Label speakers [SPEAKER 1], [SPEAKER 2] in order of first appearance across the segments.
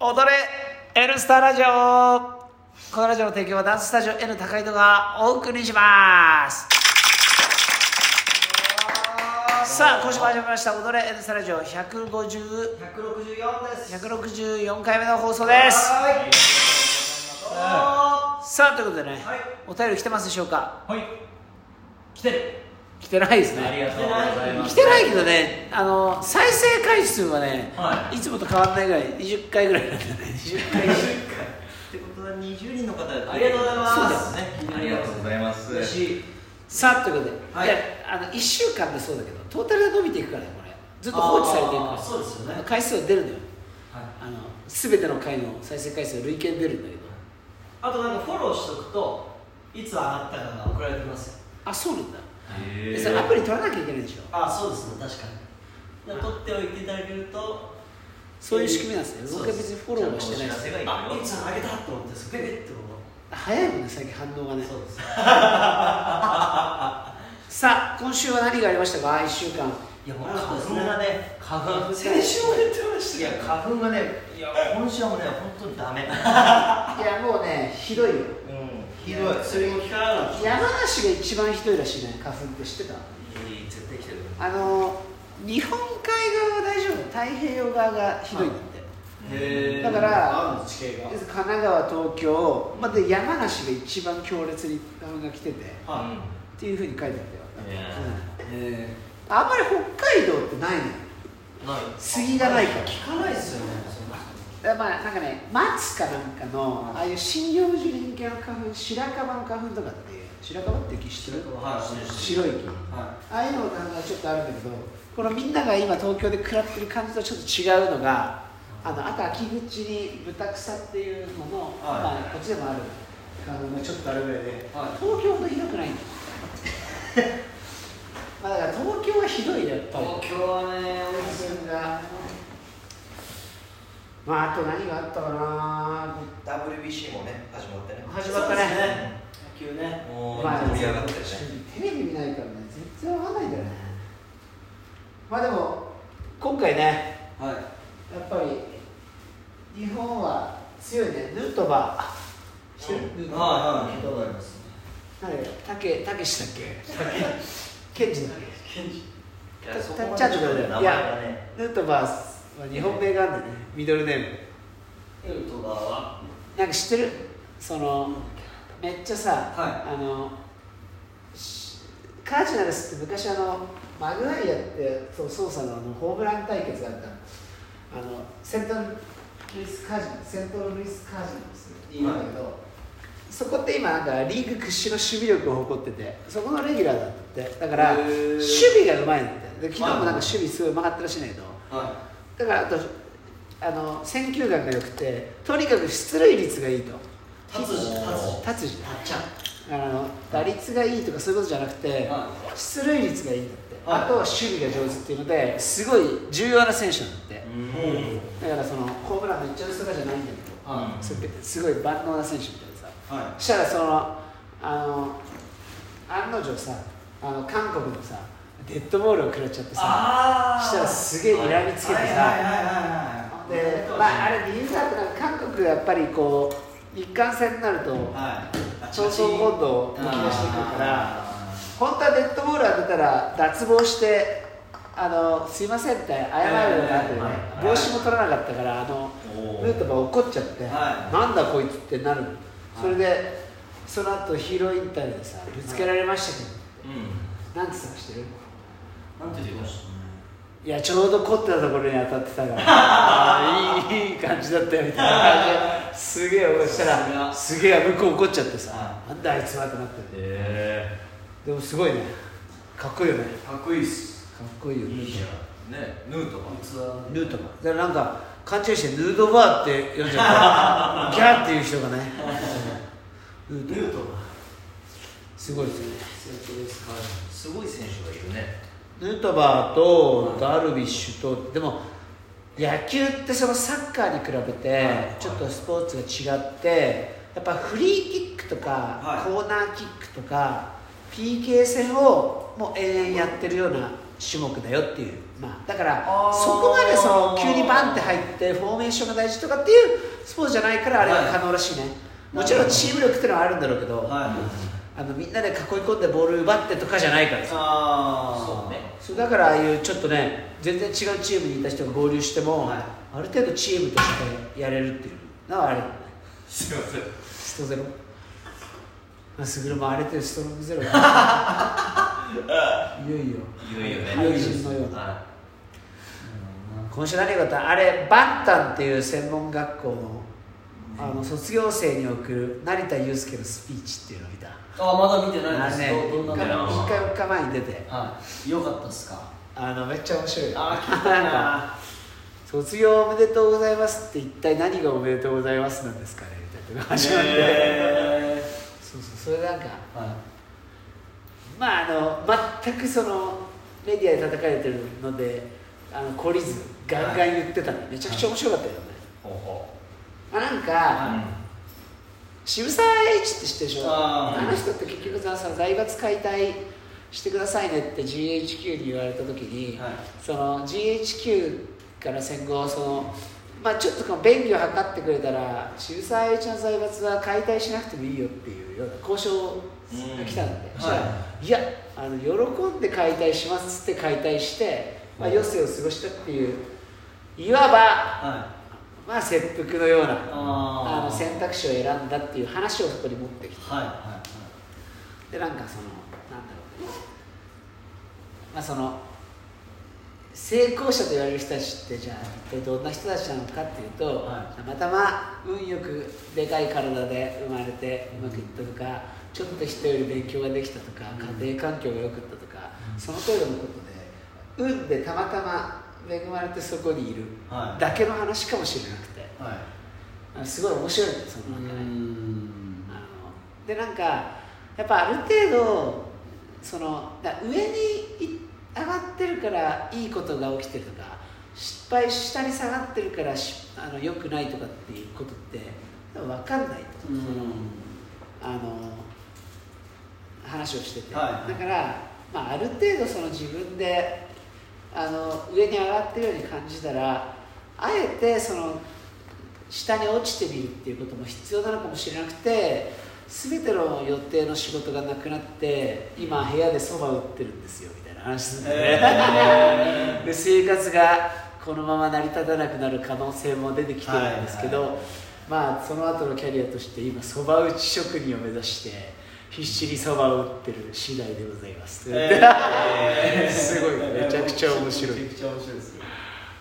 [SPEAKER 1] 踊れ N スタラジオこのラジオの提供はダンススタジオ N 高井戸がお送りしますさあ今週も始まりました「踊れ N スタラジオ150
[SPEAKER 2] 164です。
[SPEAKER 1] 164回目の放送です
[SPEAKER 2] はい。
[SPEAKER 1] さあということでね、
[SPEAKER 2] はい
[SPEAKER 1] お便り来てますでしょうか
[SPEAKER 2] はい。来てる。
[SPEAKER 1] 来てないです
[SPEAKER 3] あり
[SPEAKER 1] ね
[SPEAKER 3] がとうございま
[SPEAKER 1] 来
[SPEAKER 3] す。
[SPEAKER 1] てないけどねあの再生回数はね、、
[SPEAKER 2] はい
[SPEAKER 1] つもと変わらないぐらい20回ぐらいなんだよね20回
[SPEAKER 2] ってことは20人の方
[SPEAKER 3] ありがとうございます
[SPEAKER 2] そうですね。
[SPEAKER 3] ありがとうございます。
[SPEAKER 2] 嬉しい。
[SPEAKER 1] さあということで、
[SPEAKER 2] はい
[SPEAKER 1] いやあの1週間でそうだけどトータルで伸びていくからねこれずっと放置されていくか
[SPEAKER 2] あ
[SPEAKER 1] ら
[SPEAKER 2] ーそうですよね
[SPEAKER 1] あの回数は出るのよ
[SPEAKER 2] はい。
[SPEAKER 1] あの全ての回の再生回数は累計に出るんだけど
[SPEAKER 2] あとなんかフォローしとくといつ上がったかが送られてきますよ。
[SPEAKER 1] あそうなんだ、
[SPEAKER 3] へー
[SPEAKER 1] それアプリ取らなきゃいけないでしょ
[SPEAKER 2] あ、そうですね。確かに。取っておいていただけると。
[SPEAKER 1] そういう仕組みなんですね
[SPEAKER 2] そう
[SPEAKER 1] 僕は別にフォローはしてないです
[SPEAKER 3] ちゃんとお知らせがいくよ
[SPEAKER 2] あ、いつ上げたと思ってそれでってこ
[SPEAKER 1] 早いもんね最近反応が
[SPEAKER 2] と。
[SPEAKER 1] ね
[SPEAKER 2] そうです。
[SPEAKER 1] さあ今週は何がありましたか1週間
[SPEAKER 2] いや、もう
[SPEAKER 3] あの
[SPEAKER 2] 花粉
[SPEAKER 3] 花粉
[SPEAKER 2] が
[SPEAKER 3] が
[SPEAKER 2] ね
[SPEAKER 3] ね、
[SPEAKER 2] 花 粉。
[SPEAKER 1] 先週も言ってまし
[SPEAKER 3] い
[SPEAKER 1] た
[SPEAKER 3] や
[SPEAKER 1] よ
[SPEAKER 3] 花粉がね、いや今週はもうね本当にダメ。
[SPEAKER 1] いやもうねひどいよ
[SPEAKER 3] うん
[SPEAKER 2] ひ
[SPEAKER 3] ひ
[SPEAKER 2] どい
[SPEAKER 3] どい。。
[SPEAKER 2] それも聞かなかった。
[SPEAKER 1] 山梨が一番ひどいらしいね花粉って知ってた
[SPEAKER 3] 絶対来てる。
[SPEAKER 1] あの日本海側は大丈夫太平洋側がひどいんだって、
[SPEAKER 2] へー
[SPEAKER 1] だから
[SPEAKER 2] あるの地形が。
[SPEAKER 1] 神奈川東京、まあ、で山梨が一番強烈に花粉が来ててっ
[SPEAKER 2] はい。
[SPEAKER 1] ていうふうに書いてあったよ、
[SPEAKER 3] いや
[SPEAKER 1] うんあんまり北海道ってないのよ
[SPEAKER 2] ない
[SPEAKER 1] 杉がないから
[SPEAKER 2] 聞かないですよね
[SPEAKER 1] だからまあなんかね松かなんかのああいう針葉樹林系の花粉白樺の花粉とかって白樺って木知ってる白い木
[SPEAKER 2] は
[SPEAKER 1] ああいうのがちょっとあるんだけどこのみんなが今東京で食らってる感じとちょっと違うのがあのあと秋口に豚草っていうのの、まあ、こっちでもあるあのちょっとあるぐらいで、
[SPEAKER 2] はい
[SPEAKER 1] 東京ほどひどく ないんだよまあだから東京はひどいよやっぱり
[SPEAKER 2] 東京はね
[SPEAKER 1] 花粉がまああと何があったかな
[SPEAKER 3] WBC もね始まってね。
[SPEAKER 1] 始まったね
[SPEAKER 2] 野球ね
[SPEAKER 3] もう
[SPEAKER 1] まあ
[SPEAKER 3] 盛り上がってるね。
[SPEAKER 1] テレビ見ないからね全然わかんないんだよねまあでも今回ね
[SPEAKER 2] はい
[SPEAKER 1] やっぱり日本は強いねヌートバー知ってる
[SPEAKER 2] はい
[SPEAKER 1] ヌートバ
[SPEAKER 2] はい聞いたことあります
[SPEAKER 1] ーなんだっけたけたけしだっけケンジだっけ
[SPEAKER 3] いやそこ
[SPEAKER 1] た
[SPEAKER 3] ま
[SPEAKER 1] ちゃん
[SPEAKER 3] で
[SPEAKER 1] と
[SPEAKER 3] ちょっと
[SPEAKER 1] だよ
[SPEAKER 3] ね名前
[SPEAKER 1] い
[SPEAKER 3] が
[SPEAKER 1] や
[SPEAKER 3] ね。
[SPEAKER 1] ヌートバーは日本名があるんだよねミドルネーム
[SPEAKER 2] エルトバーは
[SPEAKER 1] なんか知ってるそのめっちゃさ、
[SPEAKER 2] は
[SPEAKER 1] あのしカージナルスって昔あのマグワイアってそう操作のあのホームラン対決があったのあのセントルイス・カージナルセントルイス・カージナルスって言うんだけど、そこって今なんかリーグ屈指の守備力を誇っててそこのレギュラーだってだから
[SPEAKER 2] へー
[SPEAKER 1] 守備がうまいんだってで昨日もなんか守備すごいうまかったらしいんだけど、
[SPEAKER 2] は
[SPEAKER 1] だからあとあの選球眼が良くてとにかく出塁率がいいと
[SPEAKER 2] い達治達治
[SPEAKER 1] 達治
[SPEAKER 2] たっちゃん
[SPEAKER 1] あの打率がいいとかそういうことじゃなくて、
[SPEAKER 2] は
[SPEAKER 1] 出塁率がいいんだって、
[SPEAKER 2] はい
[SPEAKER 1] あとは守備が上手っていうのですごい重要な選手なんだって、
[SPEAKER 3] うん。
[SPEAKER 1] だからそのホームランめっちゃ打つとかじゃないんだけど、
[SPEAKER 2] は
[SPEAKER 1] そうやってすごい万能な選手みたいなさ
[SPEAKER 2] いは
[SPEAKER 1] そしたらそのあの案の定さあの韓国のさデッドボールを食らっちゃってさ
[SPEAKER 2] あ
[SPEAKER 1] したらすげえ睨みつけてさ、
[SPEAKER 2] はいはいはいはい
[SPEAKER 1] でまあ、あれ理由があってなんか韓国がやっぱりこう一貫戦になると
[SPEAKER 2] はい
[SPEAKER 1] 調整温度をむき出してくるから
[SPEAKER 2] あ
[SPEAKER 1] 本当はデッドボール当てたら脱帽してあのすいませんって謝るようになってね
[SPEAKER 2] はいはい
[SPEAKER 1] 帽子も取らなかったからあの
[SPEAKER 3] おー
[SPEAKER 1] ヌートバー怒っちゃって、
[SPEAKER 2] はい
[SPEAKER 1] なんだこいつってなるのそれでその後ヒーローインタビューでさぶつけられましたけど、なんて探してる
[SPEAKER 2] ーなんて言ってました
[SPEAKER 1] いやちょうど凝ってたところに当たってたから あーいいいい感じだったよみたいな感じですげえ怒した
[SPEAKER 2] さす
[SPEAKER 1] ら
[SPEAKER 2] が
[SPEAKER 1] すげえ向こう怒っちゃってさ
[SPEAKER 2] は
[SPEAKER 1] なんだあいつはってなってる
[SPEAKER 3] え
[SPEAKER 1] でもすごいねかっこいいよねか
[SPEAKER 2] かっこいいっす
[SPEAKER 1] っこいいよね
[SPEAKER 3] え。ねヌートバー。
[SPEAKER 2] 器の
[SPEAKER 1] ヌートバーだからなんか勘違いしてヌードバーって呼んじ ゃったギャーっていう人がねヌー
[SPEAKER 2] ヌ
[SPEAKER 1] トバー
[SPEAKER 2] ートバー
[SPEAKER 1] すごいですね
[SPEAKER 2] セントルイスカージ
[SPEAKER 3] すごい選手がいるね。
[SPEAKER 1] ヌートバーとダルビッシュとでも野球ってそのサッカーに比べて
[SPEAKER 2] はい
[SPEAKER 1] ちょっとスポーツが違ってやっぱフリーキックとか
[SPEAKER 2] はい
[SPEAKER 1] コーナーキックとか PK 戦をもう延々やってるような
[SPEAKER 4] 種目だよっていう
[SPEAKER 1] まあ、だから
[SPEAKER 2] あー
[SPEAKER 1] そこまでその急にバンって入ってフォーメーションが大事とかっていうスポーツじゃないからあれは可能らしいね、もちろんチーム力っていうのはあるんだろうけど、
[SPEAKER 2] はい
[SPEAKER 1] あのみんなで囲い込んでボール奪ってとかじゃないからさ
[SPEAKER 2] ああ
[SPEAKER 3] そうね
[SPEAKER 1] そうだからああいうちょっとね全然違うチームにいた人が合流しても、
[SPEAKER 2] はい
[SPEAKER 1] ある程度チームとしてやれるっていうのはあれ
[SPEAKER 3] すいません
[SPEAKER 1] ストゼロまあスグルも荒れてるストロングゼロいよいよ
[SPEAKER 3] いよいよね
[SPEAKER 1] 俳人のような
[SPEAKER 3] は
[SPEAKER 1] 今週何があったあれバンタンっていう専門学校のあの卒業生に送る成田悠介のスピーチっていうのを見た
[SPEAKER 2] あまだ見てない
[SPEAKER 1] あ
[SPEAKER 2] んで
[SPEAKER 1] れ
[SPEAKER 2] す
[SPEAKER 1] ね
[SPEAKER 2] どど
[SPEAKER 1] 3
[SPEAKER 2] ん
[SPEAKER 1] 日
[SPEAKER 2] な
[SPEAKER 3] だ
[SPEAKER 2] の
[SPEAKER 3] ろう
[SPEAKER 1] 4日前に出て
[SPEAKER 2] はいよかったっすか
[SPEAKER 1] あのめっちゃ面白い
[SPEAKER 2] ああ聞きたいな
[SPEAKER 1] 卒業おめでとうございますって一体何がおめでとうございますなんですかねみたいなのが始まって、
[SPEAKER 2] へ
[SPEAKER 1] そうそうそれなんか
[SPEAKER 2] ーはい
[SPEAKER 1] まああの全くそのメディアで叩かれてるのであの懲りずガンガン言ってたの、めちゃくちゃ面白かったよね、
[SPEAKER 3] ほうほ
[SPEAKER 1] あなんか、
[SPEAKER 3] う
[SPEAKER 2] は
[SPEAKER 1] 渋沢栄一って知ってるでしょ
[SPEAKER 2] あ
[SPEAKER 1] あ
[SPEAKER 2] ー
[SPEAKER 1] の人って結局さその財閥解体してくださいねって GHQ に言われた時に、
[SPEAKER 2] はい
[SPEAKER 1] その GHQ から戦後その、まあ、ちょっとこの便宜を図ってくれたら渋沢栄一の財閥は解体しなくてもいいよっていうような交渉が来たんで、
[SPEAKER 2] うん
[SPEAKER 1] そしたら、
[SPEAKER 2] はい
[SPEAKER 1] やあの喜んで解体しますっつって解体して、まあ、余生を過ごしたっていういわば、
[SPEAKER 2] はい
[SPEAKER 1] まあ、切腹のような。あの
[SPEAKER 2] あ
[SPEAKER 1] 選択肢を選んだっていう話をそこに持ってきて
[SPEAKER 2] はいはいはい
[SPEAKER 1] でなんかそのなんだろうねまあその成功者と言われる人たちってじゃあ一体どんな人たちなのかっていうと、
[SPEAKER 2] は
[SPEAKER 1] たまたま運よくでかい体で生まれてうまくいったとかちょっと人より勉強ができたとか
[SPEAKER 2] うん
[SPEAKER 1] 家庭環境が良かったとか、
[SPEAKER 2] うん
[SPEAKER 1] その程度のことで運でたまたま恵まれてそこにいる
[SPEAKER 2] はい
[SPEAKER 1] だけの話かもしれなくて、
[SPEAKER 2] はい
[SPEAKER 1] あのすごい面白いんですその
[SPEAKER 2] う
[SPEAKER 1] 中で、
[SPEAKER 2] ん
[SPEAKER 1] あのでなんかやっぱある程度そのだ上にい上がってるからいいことが起きてるとか失敗下に下がってるからしあの良くないとかっていうことって多分分かんないと、
[SPEAKER 2] うん
[SPEAKER 1] そのあの話をしてて、
[SPEAKER 2] はい
[SPEAKER 1] だから、まあ、ある程度その自分であの上に上がってるように感じたらあえてその下に落ちてみるっていうことも必要なのかもしれなくて全ての予定の仕事がなくなって今部屋でそば打ってるんですよみたいな話するんだよね、
[SPEAKER 2] へ
[SPEAKER 1] で生活がこのまま成り立たなくなる可能性も出てきてるんですけど、
[SPEAKER 2] はいはい
[SPEAKER 1] まあその後のキャリアとして今そば打ち職人を目指して必死にそばを打ってる次第でございます、
[SPEAKER 2] えー
[SPEAKER 1] すごいめちゃくちゃ面白い
[SPEAKER 2] めちゃくちゃ面白いですよ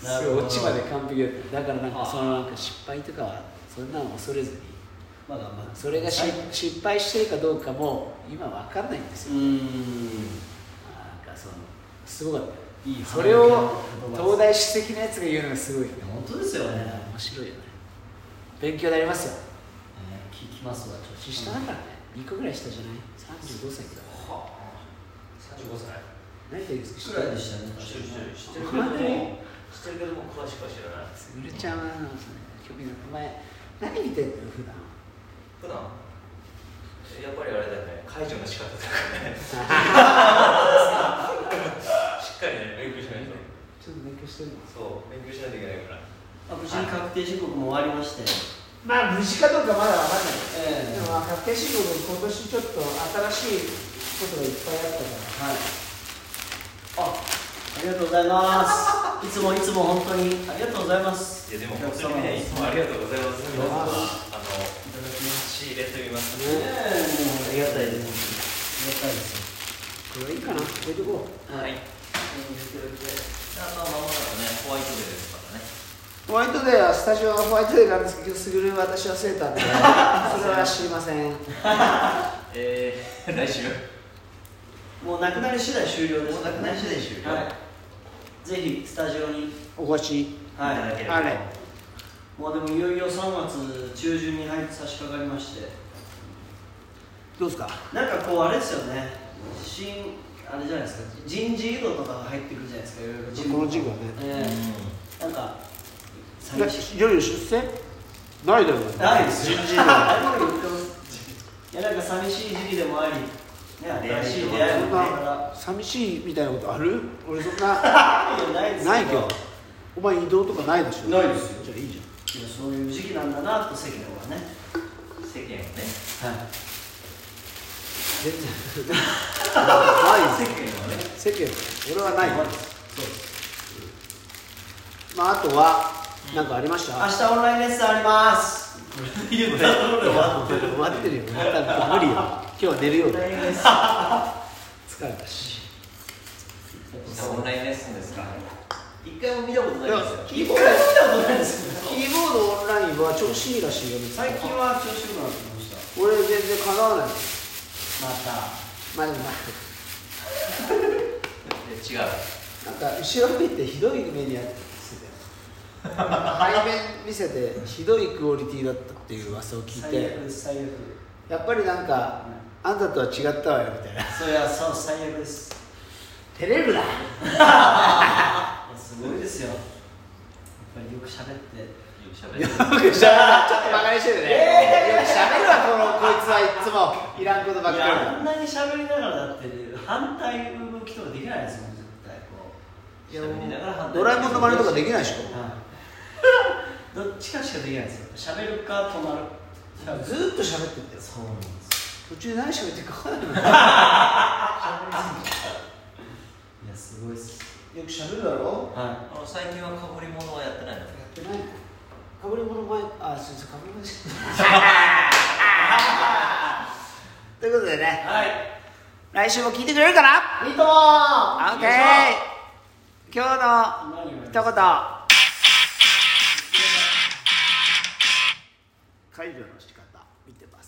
[SPEAKER 1] すごい落ちまで完璧だっただからなん
[SPEAKER 2] あ
[SPEAKER 1] かそのなんか失敗とかはそんなの恐れずに
[SPEAKER 2] まだまだ
[SPEAKER 1] それがし、失敗してるかどうかも今わかんないんです
[SPEAKER 2] う
[SPEAKER 1] よ、
[SPEAKER 2] ん
[SPEAKER 1] なんかそのすごかったよ
[SPEAKER 2] いい
[SPEAKER 1] それを東
[SPEAKER 2] いや
[SPEAKER 1] 大史的なやつが言うのがすごいよね
[SPEAKER 2] 本当ですよねね
[SPEAKER 1] 面白いよね勉強になりますよ
[SPEAKER 2] 聞きますわちょっと
[SPEAKER 1] 年下だからね2個ぐらい下じゃない35歳だから
[SPEAKER 3] はあ35歳
[SPEAKER 1] 何て言うんです
[SPEAKER 2] く
[SPEAKER 1] から
[SPEAKER 2] いでしたね
[SPEAKER 3] 知ってる知ってる知ってる
[SPEAKER 1] 本当
[SPEAKER 3] けど
[SPEAKER 1] に
[SPEAKER 3] も知ってるけども詳しくは知らない
[SPEAKER 1] すぐるちゃんはなんかね興味ないお前何見てんのよ普段
[SPEAKER 3] 普段やっぱりあれだよね解除の仕方だからね しっかりね勉強しないと
[SPEAKER 1] ちょっと勉強してるの
[SPEAKER 3] そう勉強しないといけないから
[SPEAKER 2] あ無事に確定申告も終わりまして
[SPEAKER 1] まあ無事かどうかまだわかんない、
[SPEAKER 2] ええ
[SPEAKER 1] でもまあ確定申告今年ちょっと新しいことがいっぱいあったから
[SPEAKER 2] はいあありがとうございますいつもいつも本当にありがとうございます
[SPEAKER 3] いやでも
[SPEAKER 2] お
[SPEAKER 3] 本
[SPEAKER 2] 客様
[SPEAKER 3] 当にねいつもありがとうございます
[SPEAKER 2] どうぞ
[SPEAKER 3] あの仕入れと言います
[SPEAKER 2] ね
[SPEAKER 3] ね
[SPEAKER 2] えもうありがたいですありがたいですよ
[SPEAKER 1] これいいかな置いとこ
[SPEAKER 3] はいあとはまもなくねホワイトデーですからね
[SPEAKER 1] うホワイトデーはスタジオはホワイトデーなんですけどすぐる私はセータ ーでそれは知りません
[SPEAKER 3] えー、 来週
[SPEAKER 2] もうなくなり次第終了です、
[SPEAKER 3] もうなくなり次第終了
[SPEAKER 2] はい、ぜひスタジオに
[SPEAKER 1] お越し
[SPEAKER 2] はい
[SPEAKER 3] ただければ
[SPEAKER 1] あれ
[SPEAKER 2] もうでもいよいよ3月中旬に入って差し掛かりまして
[SPEAKER 1] どうですか
[SPEAKER 2] なんかこうあれですよね新あれじゃないですか人事異動とかが入ってくるじゃないですかいろいろ事務
[SPEAKER 1] この事務はね
[SPEAKER 3] う
[SPEAKER 2] え
[SPEAKER 3] ん
[SPEAKER 2] えなん か寂しい
[SPEAKER 1] いよいよ出世ないだろう
[SPEAKER 2] ないですよ
[SPEAKER 1] 人事異
[SPEAKER 2] 異動
[SPEAKER 1] 動
[SPEAKER 2] いやなんか寂しい時期でもありね新しい出会いもねから
[SPEAKER 1] 寂しいみたいなことある俺そんな
[SPEAKER 2] ないよないですよ
[SPEAKER 1] ないけどお前移動とかないでしょ
[SPEAKER 2] ないですよ
[SPEAKER 1] じゃあいいじゃん
[SPEAKER 2] いやそういう時期なんだなと世間はね
[SPEAKER 3] 世間をね
[SPEAKER 2] はい
[SPEAKER 1] 全然 ない
[SPEAKER 3] 世
[SPEAKER 1] で
[SPEAKER 3] 間をね
[SPEAKER 1] す世間俺はない
[SPEAKER 2] そうです
[SPEAKER 1] まああとは何かありました
[SPEAKER 2] 明日オンラインレッスンあります言ったところで終わってる
[SPEAKER 1] 終わってるよ終わった無理よ今日は寝るよ
[SPEAKER 2] オンラインレッスンや
[SPEAKER 1] 疲
[SPEAKER 2] っ
[SPEAKER 1] れたし
[SPEAKER 2] ぱ
[SPEAKER 3] じゃあ
[SPEAKER 2] そう
[SPEAKER 3] オンラインレッスンですか一回も見たことないですよ
[SPEAKER 1] いや
[SPEAKER 2] 一回も
[SPEAKER 1] キーボードオンラ
[SPEAKER 2] 見たことないですよ
[SPEAKER 1] インは調子いいらしいよね
[SPEAKER 2] 最近は調子良くなってきまし
[SPEAKER 1] 俺全然叶わない
[SPEAKER 2] たまた
[SPEAKER 1] まあでも
[SPEAKER 3] いや違う
[SPEAKER 1] なんか後ろ見てひどい目にあってたよ背面見せてひどいクオリティだったっていう噂を聞い
[SPEAKER 2] 最悪
[SPEAKER 1] て
[SPEAKER 2] です最悪
[SPEAKER 1] やっぱりなんかあんたとは違ったわよみたいな
[SPEAKER 2] そりゃそう最悪です
[SPEAKER 1] 照れ るない
[SPEAKER 2] やすごいですよやっぱりよく喋って
[SPEAKER 3] よく喋
[SPEAKER 1] よ
[SPEAKER 3] って
[SPEAKER 1] くしゃちょっとバカにしてるね、
[SPEAKER 2] いやいやいや
[SPEAKER 1] よくしゃべるわこのこいつはいつもいらんことばっ
[SPEAKER 2] い
[SPEAKER 1] かり
[SPEAKER 2] やあんなに喋りながらだって反対動きとかできないですもん絶対こ
[SPEAKER 1] いや
[SPEAKER 3] 喋りながら判断
[SPEAKER 1] ドラえもんの真似とかできないでし
[SPEAKER 2] う、
[SPEAKER 1] ょ
[SPEAKER 2] どっちかしかできないですよ喋るか止まる
[SPEAKER 1] ずーっと喋ってんだよ
[SPEAKER 2] そうなんです
[SPEAKER 1] 途中で何喋ってるか分かんないもん
[SPEAKER 2] いやすごいっす
[SPEAKER 1] よく喋るだろ
[SPEAKER 2] は
[SPEAKER 3] あの最近は被り物はやってないの
[SPEAKER 1] やってないかぶり物前あすいませんかぶり物じ ゃないということで
[SPEAKER 2] い
[SPEAKER 1] ね
[SPEAKER 2] は
[SPEAKER 1] 来週も聞いてくれるかない
[SPEAKER 2] いいともー
[SPEAKER 1] OK
[SPEAKER 2] よいし
[SPEAKER 1] 今
[SPEAKER 2] ょ
[SPEAKER 1] 日の
[SPEAKER 2] 何をやる
[SPEAKER 1] 一言解除の仕方見てます